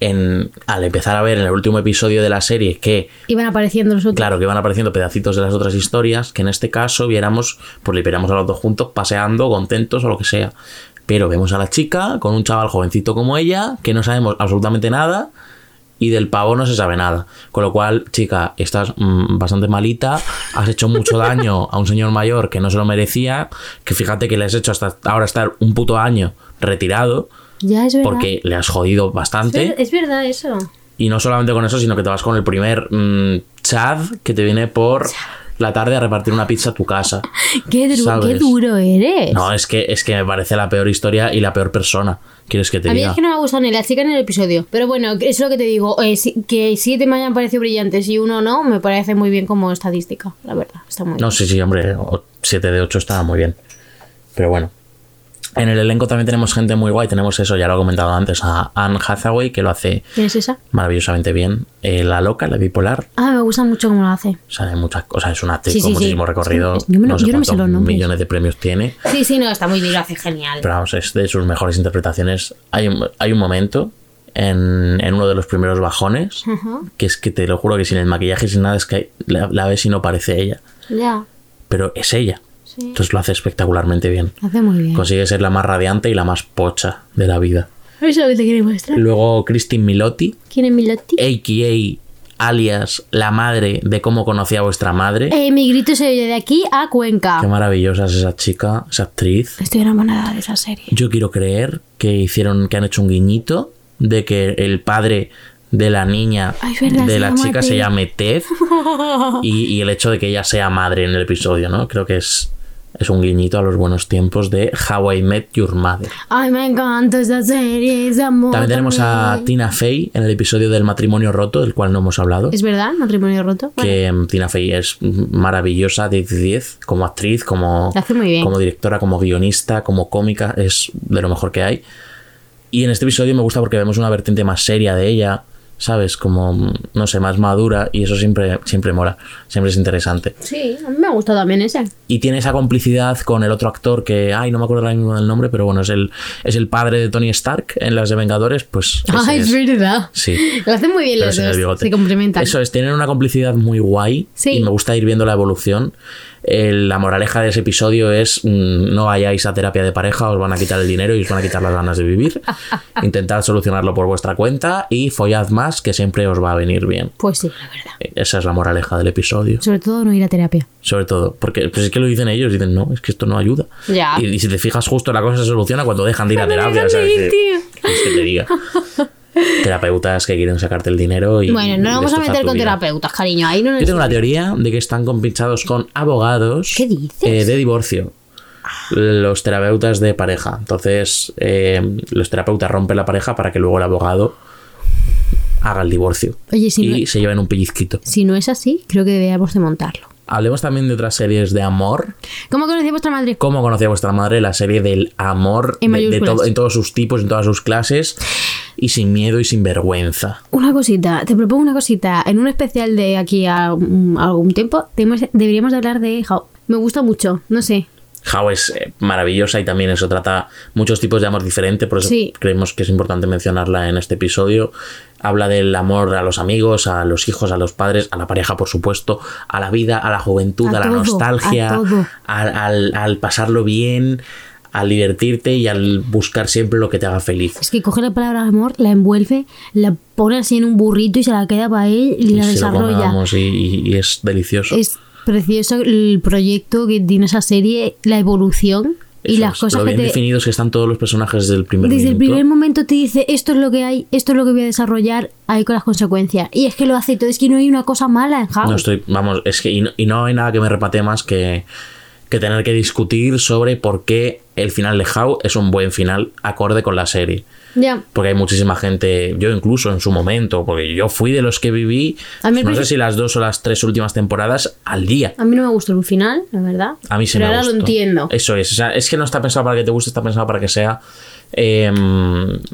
Speaker 1: En, al empezar a ver en el último episodio de la serie que,
Speaker 2: Iban apareciendo los otros.
Speaker 1: claro, que van apareciendo pedacitos de las otras historias, que en este caso viéramos, pues liberamos a los dos juntos, paseando, contentos o lo que sea. Pero vemos a la chica con un chaval jovencito como ella, que no sabemos absolutamente nada, y del pavo no se sabe nada. Con lo cual, chica, estás mm, bastante malita, has hecho mucho daño a un señor mayor que no se lo merecía, que fíjate que le has hecho hasta ahora estar un puto año retirado,
Speaker 2: Ya es verdad.
Speaker 1: porque le has jodido bastante.
Speaker 2: Es verdad eso.
Speaker 1: Y no solamente con eso, sino que te vas con el primer mm, Chad que te viene por la tarde a repartir una pizza a tu casa.
Speaker 2: Qué, duro-
Speaker 1: ¿Sabes?
Speaker 2: qué duro eres.
Speaker 1: No, es que, es que me parece la peor historia y la peor persona. ¿Quieres que te
Speaker 2: a mí
Speaker 1: diga?
Speaker 2: es que no me ha gustado ni la chica ni el episodio. Pero bueno, es lo que te digo. eh, si- que siete me hayan parecido brillantes y uno no, me parece muy bien como estadística. La verdad, está muy bien.
Speaker 1: No, sí, sí, hombre, 7 de 8 estaba muy bien. Pero bueno. En el elenco también tenemos gente muy guay. Tenemos eso, ya lo he comentado antes, a Anne Hathaway, que lo hace
Speaker 2: ¿Quién es esa?
Speaker 1: maravillosamente bien. Eh, la loca, la bipolar,
Speaker 2: Ah, me gusta mucho cómo lo hace.
Speaker 1: sabe muchas cosas. Es una actriz
Speaker 2: Sí,
Speaker 1: con
Speaker 2: sí, sí.
Speaker 1: muchísimo recorrido.
Speaker 2: Es que yo me lo-
Speaker 1: no sé
Speaker 2: yo no me sé los
Speaker 1: cuántos
Speaker 2: nombres.
Speaker 1: millones de premios tiene.
Speaker 2: Sí, sí, no, está muy bien, lo hace genial.
Speaker 1: Pero vamos, es de sus mejores interpretaciones. Hay un, hay un momento en, en uno de los primeros bajones
Speaker 2: Ajá.
Speaker 1: que es que te lo juro que sin el maquillaje, sin nada, es que la, la ves y no parece ella.
Speaker 2: Ya,
Speaker 1: Pero es ella.
Speaker 2: sí.
Speaker 1: Entonces lo hace espectacularmente bien.
Speaker 2: Lo hace muy bien.
Speaker 1: consigue ser la más radiante y la más pocha de la vida.
Speaker 2: Eso es lo que te quiere mostrar.
Speaker 1: Luego Christine Milotti,
Speaker 2: ¿Quién es Miloti?
Speaker 1: a.k.a. alias la madre de cómo conocía a vuestra madre.
Speaker 2: Eh, mi grito se oye de aquí a Cuenca.
Speaker 1: Qué maravillosa es esa chica, esa actriz.
Speaker 2: Estoy enamorada de esa serie.
Speaker 1: Yo quiero creer que hicieron, que han hecho un guiñito de que el padre de la niña,
Speaker 2: Ay, es verdad,
Speaker 1: de
Speaker 2: se
Speaker 1: la
Speaker 2: llama
Speaker 1: chica se
Speaker 2: Ted.
Speaker 1: llame Ted y, y el hecho de que ella sea madre en el episodio, ¿no? Creo que es, es un guiñito a los buenos tiempos de How I Met Your Mother.
Speaker 2: Ay, me encanta esa serie, ese amor.
Speaker 1: También tenemos a
Speaker 2: Oh, también.
Speaker 1: Tina Fey en el episodio del matrimonio roto, del cual no hemos hablado.
Speaker 2: ¿Es verdad? ¿Matrimonio roto? Bueno,
Speaker 1: Que mm, Tina Fey es maravillosa, 10 de 10, como actriz, como,
Speaker 2: Lo hace muy bien.
Speaker 1: como directora, como guionista, como cómica, es de lo mejor que hay. Y en este episodio me gusta porque vemos una vertiente más seria de ella, ¿sabes? Como, mm, no sé, más madura, y eso siempre, siempre mola, siempre es interesante.
Speaker 2: Sí, a mí me ha gustado también ese.
Speaker 1: Y tiene esa complicidad con el otro actor que, ay, no me acuerdo ahora mismo del nombre, pero bueno, es el, es el padre de Tony Stark en las de Vengadores, pues... ese
Speaker 2: <laughs> Ay,
Speaker 1: es.
Speaker 2: es verdad.
Speaker 1: Sí.
Speaker 2: <laughs> Lo hacen muy bien
Speaker 1: Pero
Speaker 2: los
Speaker 1: sin el
Speaker 2: dos.
Speaker 1: bigote.
Speaker 2: Se complementan.
Speaker 1: Eso es, tienen una complicidad muy guay
Speaker 2: Sí.
Speaker 1: y me gusta ir viendo la evolución. El- la moraleja de ese episodio es mm, no vayáis a terapia de pareja, os van a quitar el dinero y os van a quitar las ganas de
Speaker 2: <laughs>
Speaker 1: vivir. Intentad solucionarlo por vuestra cuenta y follad más que siempre os va a venir bien.
Speaker 2: Pues sí, la verdad.
Speaker 1: Esa es la moraleja del episodio.
Speaker 2: Sobre todo no ir a terapia.
Speaker 1: Sobre todo, porque pues es que lo dicen ellos, dicen, no, es que esto no ayuda.
Speaker 2: Ya.
Speaker 1: Y, y si te fijas, justo la cosa se soluciona cuando dejan de ir a terapia.
Speaker 2: dejan de
Speaker 1: ¿sabes?
Speaker 2: ir,
Speaker 1: Que-
Speaker 2: tío.
Speaker 1: ¿qué quieres Pues que te
Speaker 2: <laughs>
Speaker 1: diga. Terapeutas que quieren sacarte el dinero y.
Speaker 2: Bueno, no
Speaker 1: y
Speaker 2: nos vamos a
Speaker 1: destrozar
Speaker 2: meter
Speaker 1: tu
Speaker 2: con
Speaker 1: vida.
Speaker 2: terapeutas, cariño. Ahí no nos...
Speaker 1: Yo tengo la teoría de que están compinchados con abogados
Speaker 2: ¿Qué dices?
Speaker 1: eh, de divorcio. Los terapeutas de pareja. Entonces, eh, los terapeutas rompen la pareja para que luego el abogado haga el divorcio.
Speaker 2: Oye, si
Speaker 1: y
Speaker 2: no-
Speaker 1: se lleven un pellizquito.
Speaker 2: Si no es así, creo que deberíamos de montarlo.
Speaker 1: Hablemos también de otras series de amor.
Speaker 2: ¿Cómo conocí a vuestra madre?
Speaker 1: ¿Cómo conocía vuestra madre? La serie del amor
Speaker 2: En
Speaker 1: de- de
Speaker 2: mayúsculas.
Speaker 1: todo- en todos sus tipos, en todas sus clases. Y sin miedo y sin vergüenza.
Speaker 2: Una cosita, te propongo una cosita. En un especial de aquí a, mm, algún tiempo, tenemos- deberíamos de hablar de How. Me gusta mucho, no sé.
Speaker 1: How es eh, maravillosa y también eso trata muchos tipos de amor diferente, por eso
Speaker 2: Sí.
Speaker 1: creemos que es importante mencionarla en este episodio. Habla del amor a los amigos, a los hijos, a los padres, a la pareja, por supuesto, a la vida, a la juventud, a,
Speaker 2: A
Speaker 1: la
Speaker 2: todo, a
Speaker 1: nostalgia,
Speaker 2: todo.
Speaker 1: al, al- al pasarlo bien, al divertirte y al buscar siempre lo que te haga feliz.
Speaker 2: Es que coge la palabra amor, la envuelve, la pone así en un burrito y se la queda para él y, la
Speaker 1: se lo
Speaker 2: desarrolla.
Speaker 1: comamos y, y- y es delicioso.
Speaker 2: Es precioso el proyecto que tiene esa serie, la evolución y
Speaker 1: Eso
Speaker 2: las
Speaker 1: es,
Speaker 2: cosas
Speaker 1: lo
Speaker 2: que
Speaker 1: bien
Speaker 2: te,
Speaker 1: definidos que están todos los personajes desde el primer
Speaker 2: Desde el
Speaker 1: minuto.
Speaker 2: primer momento te dice esto es lo que hay, esto es lo que voy a desarrollar, ahí con las consecuencias. Y es que lo hace todo, es que no hay una cosa mala en House.
Speaker 1: No estoy, vamos, es que y no, y no hay nada que me repate más que, que tener que discutir sobre por qué el final de How es un buen final acorde con la serie.
Speaker 2: Ya.
Speaker 1: Porque hay muchísima gente, yo incluso en su momento, porque yo fui de los que viví,
Speaker 2: A mí al
Speaker 1: no sé
Speaker 2: principio-
Speaker 1: si las dos o las tres últimas temporadas al día.
Speaker 2: A mí no me gustó el final, la verdad.
Speaker 1: A mí se
Speaker 2: Pero
Speaker 1: me
Speaker 2: ahora lo
Speaker 1: gustó.
Speaker 2: entiendo.
Speaker 1: Eso es. O sea, es que no está pensado para que te guste, está pensado para que sea eh,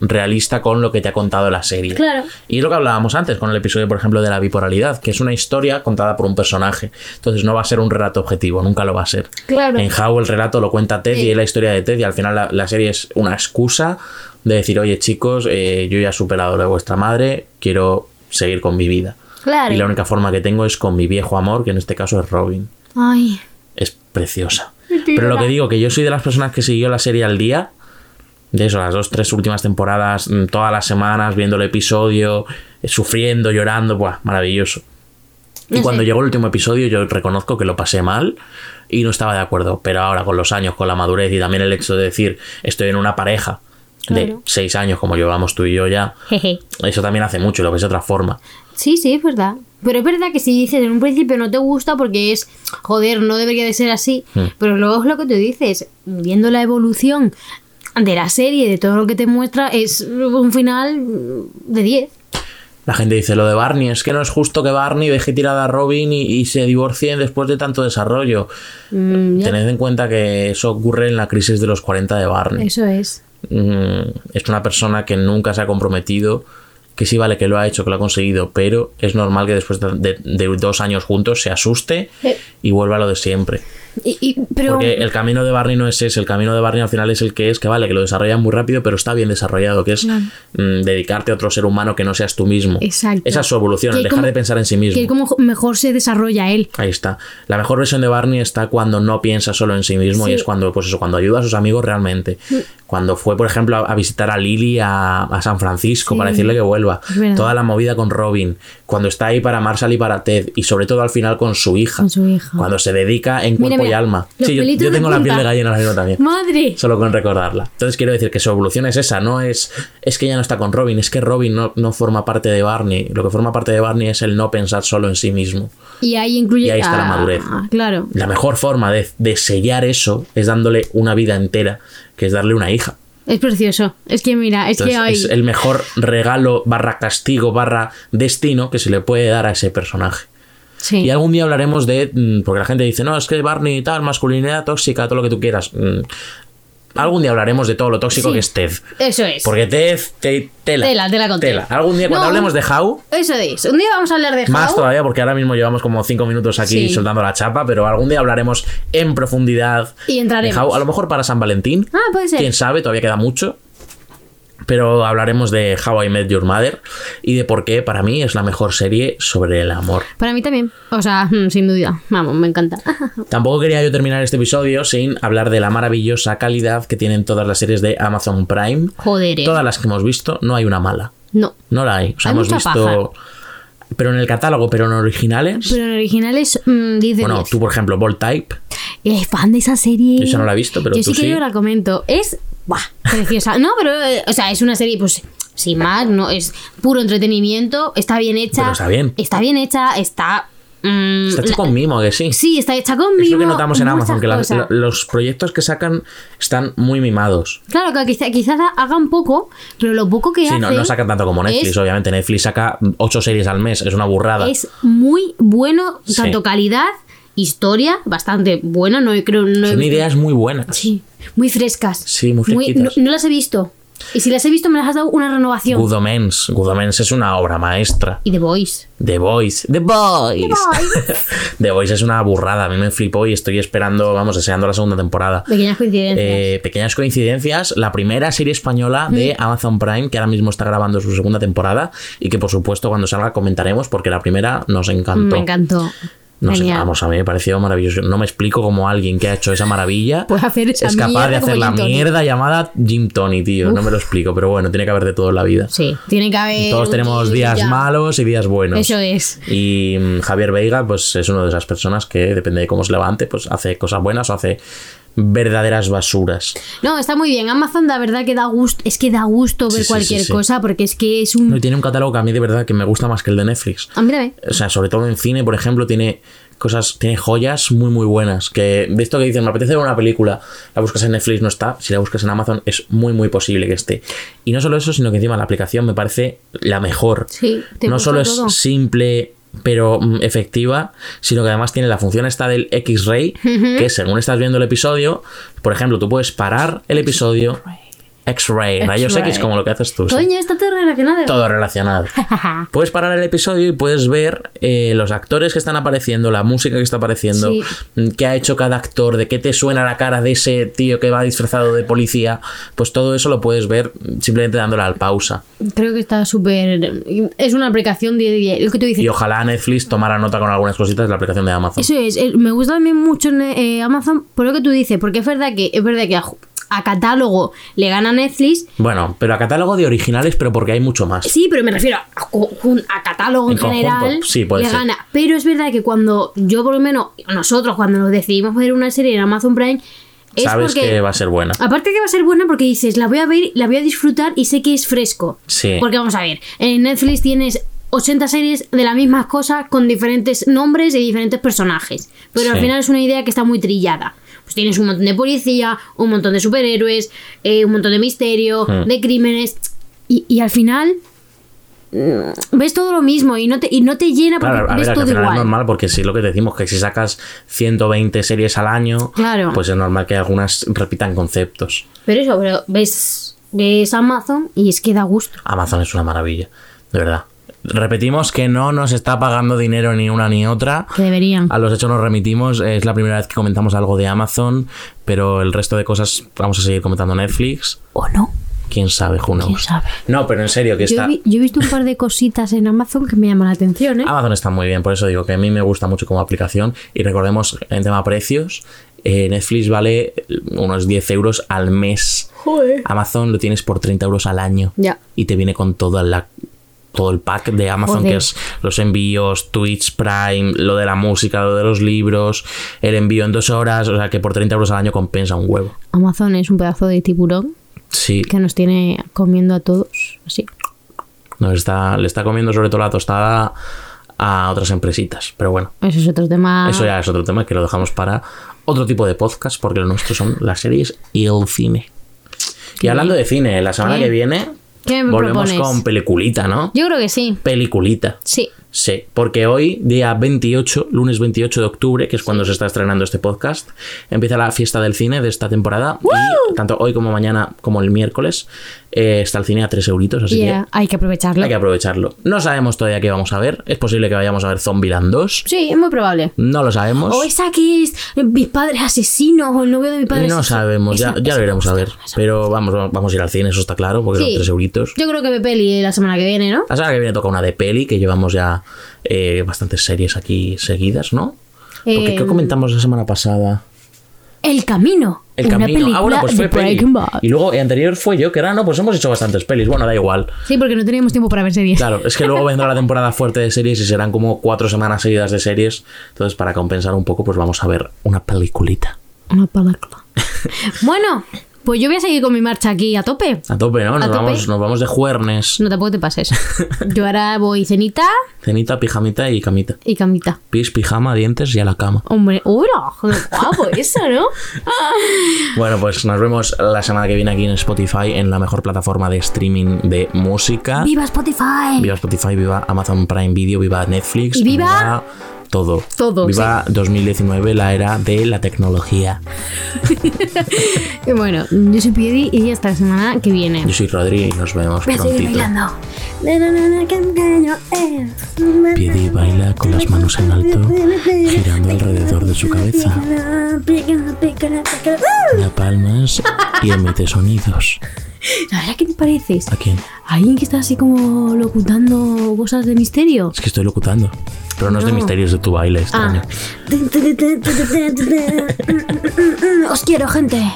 Speaker 1: realista con lo que te ha contado la serie.
Speaker 2: Claro.
Speaker 1: Y es lo que hablábamos antes con el episodio, por ejemplo, de la bipolaridad, que es una historia contada por un personaje. Entonces no va a ser un relato objetivo, nunca lo va a ser.
Speaker 2: Claro.
Speaker 1: En How el relato lo cuenta Ted y
Speaker 2: Sí.
Speaker 1: es la historia de Ted y al final la, la serie es una excusa de decir, oye chicos, eh, yo ya he superado lo de vuestra madre, quiero seguir con mi vida.
Speaker 2: Claro.
Speaker 1: Y la única forma que tengo es con mi viejo amor, que en este caso es Robin
Speaker 2: Ay.
Speaker 1: es preciosa. Pero lo que digo, que yo soy de las personas que siguió la serie al día. De eso, las dos, tres últimas temporadas, mm, todas las semanas, viendo el episodio, eh, sufriendo, llorando, buah, maravilloso. Y
Speaker 2: No
Speaker 1: cuando
Speaker 2: sé.
Speaker 1: llegó el último episodio, yo reconozco que lo pasé mal y no estaba de acuerdo. Pero ahora, con los años, con la madurez y también el hecho de decir, estoy en una pareja de
Speaker 2: Claro.
Speaker 1: seis años, como llevamos tú y yo ya,
Speaker 2: Jeje.
Speaker 1: eso también hace mucho, y lo ves de otra forma.
Speaker 2: Sí, sí, es verdad. Pero es verdad que si dices en un principio no te gusta porque es, joder, no debería de ser así.
Speaker 1: Mm.
Speaker 2: Pero luego es lo que tú dices, viendo la evolución de la serie, de todo lo que te muestra, es un final de 10.
Speaker 1: La gente dice lo de Barney, es que no es justo que Barney deje tirada a Robin y, y se divorcien después de tanto desarrollo.
Speaker 2: Mm, ya.
Speaker 1: Tened en cuenta que eso ocurre en la crisis de los 40 de Barney.
Speaker 2: Eso es.
Speaker 1: Mm, Es una persona que nunca se ha comprometido, que sí vale que lo ha hecho, que lo ha conseguido, pero es normal que después de, de- de dos años juntos se asuste
Speaker 2: Eh.
Speaker 1: y vuelva a lo de siempre.
Speaker 2: Y- y- pero
Speaker 1: Porque el camino de Barney no es ese, el camino de Barney al final es el que es, que vale, que lo desarrollan muy rápido, pero está bien desarrollado, que es mm, dedicarte a otro ser humano que no seas tú mismo.
Speaker 2: Exacto.
Speaker 1: Esa es su evolución,
Speaker 2: Que
Speaker 1: el dejar
Speaker 2: como-
Speaker 1: de pensar en sí
Speaker 2: que
Speaker 1: mismo.
Speaker 2: como jo- mejor se desarrolla él.
Speaker 1: Ahí está. La mejor versión de Barney está cuando no piensa solo en sí mismo y
Speaker 2: Sí. Mm.
Speaker 1: es cuando, pues eso, cuando ayuda a sus amigos realmente. Cuando fue, por ejemplo, a, a visitar a Lily a, a San Francisco para decirle que vuelva.
Speaker 2: Es verdad.
Speaker 1: Toda la movida con Robin. Cuando está ahí para Marshall y para Ted. Y sobre todo al final con su hija.
Speaker 2: Con su hija.
Speaker 1: Cuando se dedica en
Speaker 2: Mira,
Speaker 1: cuerpo y
Speaker 2: mira,
Speaker 1: alma.
Speaker 2: los
Speaker 1: Sí, yo,
Speaker 2: pelitos
Speaker 1: yo
Speaker 2: de
Speaker 1: tengo la piel de
Speaker 2: punta.
Speaker 1: gallina ahora mismo también.
Speaker 2: <laughs> ¡Madre!
Speaker 1: Solo con recordarla. Entonces quiero decir que su evolución es esa, no es, es que ya no está con Robin, es que Robin no, no forma parte de Barney. Lo que forma parte de Barney es el no pensar solo en sí mismo.
Speaker 2: Y ahí incluye.
Speaker 1: Y ahí está la
Speaker 2: Ah,
Speaker 1: madurez.
Speaker 2: Claro.
Speaker 1: La mejor forma de, de sellar eso es dándole una vida entera, que es darle una hija.
Speaker 2: Es precioso. Es que mira, es
Speaker 1: Entonces,
Speaker 2: que hay.
Speaker 1: es el mejor regalo barra castigo barra destino que se le puede dar a ese personaje.
Speaker 2: Sí.
Speaker 1: Y algún día hablaremos de... mm, Porque la gente dice, no, es que Barney y tal, masculinidad tóxica, todo lo que tú quieras. Mm, Algún día hablaremos de todo lo tóxico
Speaker 2: Sí.
Speaker 1: que es Ted.
Speaker 2: Eso es.
Speaker 1: Porque Ted, te- tela.
Speaker 2: Tela, tela con tela.
Speaker 1: Algún día cuando
Speaker 2: No,
Speaker 1: hablemos de How,
Speaker 2: Eso es. Un día vamos a hablar de
Speaker 1: Más
Speaker 2: How.
Speaker 1: todavía, porque ahora mismo llevamos como cinco minutos aquí
Speaker 2: Sí.
Speaker 1: soltando la chapa, pero algún día hablaremos en profundidad.
Speaker 2: Y entraremos.
Speaker 1: de How. a lo mejor para San Valentín.
Speaker 2: Ah, puede ser.
Speaker 1: Quién sabe, todavía queda mucho. Pero hablaremos de How I Met Your Mother y de por qué para mí es la mejor serie sobre el amor.
Speaker 2: Para mí también. O sea, <laughs> mm, sin duda. Vamos, me encanta. <laughs>
Speaker 1: Tampoco quería yo terminar este episodio sin hablar de la maravillosa calidad que tienen todas las series de Amazon Prime.
Speaker 2: Joder. eh.
Speaker 1: Todas las que hemos visto, no hay una mala.
Speaker 2: No.
Speaker 1: No la hay. O sea,
Speaker 2: Hay
Speaker 1: hemos
Speaker 2: mucha
Speaker 1: visto. Pero en el catálogo, pero en originales.
Speaker 2: Pero en originales mm, dice.
Speaker 1: Bueno,
Speaker 2: 10.
Speaker 1: tú, por ejemplo, Bold Type.
Speaker 2: Es fan de esa serie.
Speaker 1: Yo esa no la he visto, pero
Speaker 2: Yo
Speaker 1: tú
Speaker 2: sí que
Speaker 1: sí.
Speaker 2: yo la comento. Es. Buah, preciosa. No, pero. eh, O sea, es una serie, pues. Sin más, no. Es puro entretenimiento. Está bien hecha.
Speaker 1: Pero está bien.
Speaker 2: Está bien hecha. Está. mm,
Speaker 1: Está hecho
Speaker 2: la-
Speaker 1: con mimo, que sí.
Speaker 2: Sí, está hecha con
Speaker 1: es lo que
Speaker 2: mimo,
Speaker 1: notamos en
Speaker 2: muchas
Speaker 1: Amazon, que la-
Speaker 2: cosas.
Speaker 1: la- los proyectos que sacan están muy mimados.
Speaker 2: Claro, que quizá- quizás hagan poco, pero lo poco que
Speaker 1: Sí,
Speaker 2: hacen
Speaker 1: no, no sacan tanto como Netflix,
Speaker 2: es-
Speaker 1: obviamente. Netflix saca ocho series al mes, es una burrada.
Speaker 2: es muy bueno,
Speaker 1: Sí.
Speaker 2: tanto calidad, historia, bastante buena, no he- creo... No he
Speaker 1: Son
Speaker 2: visto-
Speaker 1: ideas muy buenas.
Speaker 2: Sí, muy frescas.
Speaker 1: Sí, muy fresquitas.
Speaker 2: no, no las he visto. Y si las he visto, me las has dado una renovación.
Speaker 1: Good Omens. Good Omens es una obra maestra.
Speaker 2: Y The Voice.
Speaker 1: The Voice. The Voice. <laughs> The Voice es una burrada. A mí me flipó y estoy esperando, vamos, deseando la segunda temporada.
Speaker 2: Pequeñas coincidencias.
Speaker 1: Eh, pequeñas coincidencias. La primera serie española de Amazon Prime, que ahora mismo está grabando su segunda temporada y que, por supuesto, cuando salga comentaremos porque la primera nos encantó.
Speaker 2: Mm, me encantó.
Speaker 1: No sé,
Speaker 2: Genial.
Speaker 1: vamos, a mí me pareció maravilloso. No me explico cómo alguien que ha hecho esa maravilla
Speaker 2: <laughs> Puede hacer esa
Speaker 1: es capaz de
Speaker 2: mierda como
Speaker 1: hacer la
Speaker 2: Jim Tony.
Speaker 1: mierda llamada Jim Tony, tío. No me lo explico, pero bueno, tiene que haber de todo en la vida.
Speaker 2: Sí, tiene que haber.
Speaker 1: Todos
Speaker 2: un
Speaker 1: tenemos
Speaker 2: tío
Speaker 1: días
Speaker 2: ya.
Speaker 1: malos y días buenos.
Speaker 2: Eso es.
Speaker 1: Y mm, Javier Veiga, pues es una de esas personas que, depende de cómo se levante, pues hace cosas buenas o hace verdaderas basuras.
Speaker 2: No, está muy bien. Amazon, la verdad que da gusto. Es que da gusto ver
Speaker 1: Sí, sí,
Speaker 2: cualquier
Speaker 1: sí, sí.
Speaker 2: cosa porque es que es un.
Speaker 1: No, y tiene un catálogo que a mí de verdad que me gusta más que el de Netflix.
Speaker 2: Ah, mírame.
Speaker 1: O sea, sobre todo en cine, por ejemplo, tiene cosas, tiene joyas muy muy buenas. Que de esto que dicen, me apetece ver una película, la buscas en Netflix, no está. Si la buscas en Amazon, es muy muy posible que esté. Y no solo eso, sino que encima la aplicación me parece la mejor.
Speaker 2: Sí, te
Speaker 1: no
Speaker 2: gusta
Speaker 1: solo
Speaker 2: todo.
Speaker 1: es simple pero mm, efectiva, sino que además tiene la función esta del X-Ray, que según estás viendo el episodio, por ejemplo, tú puedes parar el episodio X-Ray, rayos X,
Speaker 2: X-ray.
Speaker 1: como lo que haces tú. Pues sí.
Speaker 2: Coño, está todo relacionado.
Speaker 1: Todo relacionado. Puedes parar el episodio y puedes ver eh, los actores que están apareciendo, la música que está apareciendo,
Speaker 2: Sí.
Speaker 1: mm, qué ha hecho cada actor, de qué te suena la cara de ese tío que va disfrazado de policía. Pues todo eso lo puedes ver simplemente dándole al pausa.
Speaker 2: <laughs> Creo que está súper. Es una aplicación de 10. Lo que tú dices.
Speaker 1: Y ojalá Netflix tomara nota con algunas cositas de la aplicación de Amazon.
Speaker 2: Eso es, eh, me gusta también mucho ne- eh, Amazon por lo que tú dices, porque es verdad que es verdad que a, ju- a catálogo le gana Netflix,
Speaker 1: Bueno, pero a catálogo de originales, pero porque hay mucho más.
Speaker 2: sí, pero me refiero a, ju- jun- a catálogo en,
Speaker 1: En conjunto,
Speaker 2: general
Speaker 1: sí, puede
Speaker 2: le
Speaker 1: ser.
Speaker 2: gana, pero es verdad que cuando yo por lo menos nosotros cuando nos decidimos ver una serie en Amazon Prime es
Speaker 1: Sabes
Speaker 2: porque Ah,
Speaker 1: que va a ser buena.
Speaker 2: Aparte que va a ser buena porque dices, la voy a ver, la voy a disfrutar y sé que es fresco.
Speaker 1: Sí.
Speaker 2: Porque vamos a ver, en Netflix tienes 80 series de las mismas cosas con diferentes nombres y diferentes personajes. Pero al
Speaker 1: Sí.
Speaker 2: final es una idea que está muy trillada. Pues tienes un montón de policía, un montón de superhéroes, eh, un montón de misterio,
Speaker 1: Mm.
Speaker 2: de crímenes. Y, y al final mm, ves todo lo mismo y no te, y no te llena porque
Speaker 1: Claro, a ver,
Speaker 2: ves
Speaker 1: que al
Speaker 2: todo
Speaker 1: final es
Speaker 2: igual.
Speaker 1: normal porque si lo que decimos, que si sacas 120 series al año,
Speaker 2: Claro.
Speaker 1: pues es normal que algunas repitan conceptos.
Speaker 2: Pero eso, pero ves, ves Amazon y es que da gusto.
Speaker 1: Amazon es una maravilla, de verdad. Repetimos que no nos está pagando dinero ni una ni otra.
Speaker 2: Que deberían.
Speaker 1: A los hechos nos remitimos, es la primera vez que comentamos algo de Amazon, pero el resto de cosas vamos a seguir comentando Netflix.
Speaker 2: ¿O no?
Speaker 1: Quién sabe, who knows.
Speaker 2: ¿Quién sabe?
Speaker 1: No, pero en serio, que
Speaker 2: Yo he,
Speaker 1: está.
Speaker 2: vi- yo he visto un par de cositas en Amazon que me llaman la atención, ¿eh?
Speaker 1: Amazon está muy bien, por eso digo que a mí me gusta mucho como aplicación. Y recordemos, en tema precios, eh, Netflix vale unos 10 euros al mes.
Speaker 2: Joder.
Speaker 1: Amazon lo tienes por 30 euros al año.
Speaker 2: Ya.
Speaker 1: Y te viene con toda la, todo el pack de Amazon,
Speaker 2: Joder.
Speaker 1: que es los envíos, Twitch Prime, lo de la música, lo de los libros, el envío en dos horas. O sea que por 30 euros al año compensa un huevo.
Speaker 2: Amazon es un pedazo de tiburón
Speaker 1: Sí,
Speaker 2: que nos tiene comiendo a todos. Así.
Speaker 1: nos está, le está comiendo sobre todo la tostada a otras empresitas. Pero bueno.
Speaker 2: Eso es otro tema.
Speaker 1: Eso ya es otro tema que lo dejamos para otro tipo de podcast, porque lo nuestro son las series y el cine. Y hablando de cine, la semana
Speaker 2: ¿Qué?
Speaker 1: que viene
Speaker 2: ¿Qué me
Speaker 1: volvemos
Speaker 2: propones?
Speaker 1: con peliculita, ¿no?
Speaker 2: Yo creo que sí.
Speaker 1: Peliculita.
Speaker 2: Sí.
Speaker 1: Sí, porque hoy, día 28, lunes 28 de octubre, que es cuando se está estrenando este podcast, empieza la fiesta del cine de esta temporada. Y tanto hoy como mañana, como el miércoles, eh, está el cine a 3 euritos, así
Speaker 2: Ya, Hay que
Speaker 1: que
Speaker 2: aprovecharlo.
Speaker 1: hay que aprovecharlo. No sabemos todavía qué vamos a ver. Es posible que vayamos a ver Zombieland 2.
Speaker 2: Sí, es muy probable.
Speaker 1: No lo sabemos.
Speaker 2: O esa que es mis padres asesinos o el novio de mi padre
Speaker 1: No
Speaker 2: asesino.
Speaker 1: sabemos, ya,
Speaker 2: Esa-
Speaker 1: ya
Speaker 2: esa-
Speaker 1: lo veremos a ver. Pero vamos, vamos a ir al cine, eso está claro, porque
Speaker 2: Sí.
Speaker 1: son tres euritos.
Speaker 2: Yo creo que me peli la semana que viene, ¿no?
Speaker 1: La semana que viene toca una de peli, que llevamos ya eh, bastantes series aquí seguidas, ¿no? Porque
Speaker 2: Eh,
Speaker 1: ¿qué comentamos la semana pasada?
Speaker 2: El Camino.
Speaker 1: El
Speaker 2: una
Speaker 1: camino.
Speaker 2: película
Speaker 1: Ah, bueno, pues
Speaker 2: de
Speaker 1: fue peli.
Speaker 2: Breaking Bad.
Speaker 1: Y luego el anterior fue yo, que era, no, pues hemos hecho bastantes pelis. Bueno, da igual.
Speaker 2: Sí, porque no teníamos tiempo para ver series.
Speaker 1: Claro, es que
Speaker 2: <laughs>
Speaker 1: luego vendrá la temporada fuerte de series y serán como cuatro semanas seguidas de series. Entonces, para compensar un poco, pues vamos a ver una peliculita.
Speaker 2: Una palacla. bueno, pues yo voy a seguir con mi marcha aquí a tope.
Speaker 1: A tope, ¿no? Nos,
Speaker 2: tope.
Speaker 1: Vamos, nos vamos de juernes.
Speaker 2: No, tampoco te pases. Yo ahora voy cenita
Speaker 1: Cenita, pijamita y camita.
Speaker 2: y camita.
Speaker 1: Pis, pijama, dientes y a la cama.
Speaker 2: Hombre, hola, qué guapo eso, ¿no?
Speaker 1: Bueno, pues nos vemos la semana que viene aquí en Spotify, en la mejor plataforma de streaming de música.
Speaker 2: ¡Viva Spotify!
Speaker 1: Viva Spotify, viva Amazon Prime Video, viva Netflix.
Speaker 2: Y viva
Speaker 1: todo.
Speaker 2: Todo,
Speaker 1: Viva 2019, la era de la tecnología.
Speaker 2: Y bueno, yo soy Piedi y hasta la semana que viene.
Speaker 1: Yo soy Rodri y nos vemos
Speaker 2: Voy a seguir
Speaker 1: prontito.
Speaker 2: bailando.
Speaker 1: Piedi baila con las manos en alto, girando alrededor de su cabeza. Da palmas y emite sonidos.
Speaker 2: La verdad, ¿qué te pareces?
Speaker 1: ¿A quién?
Speaker 2: Alguien que está así como locutando cosas de
Speaker 1: <laughs>
Speaker 2: misterio.
Speaker 1: Es que estoy locutando. Pero no, es de
Speaker 2: No.
Speaker 1: misterios de tu baile extraño.
Speaker 2: Ah. Os quiero, gente.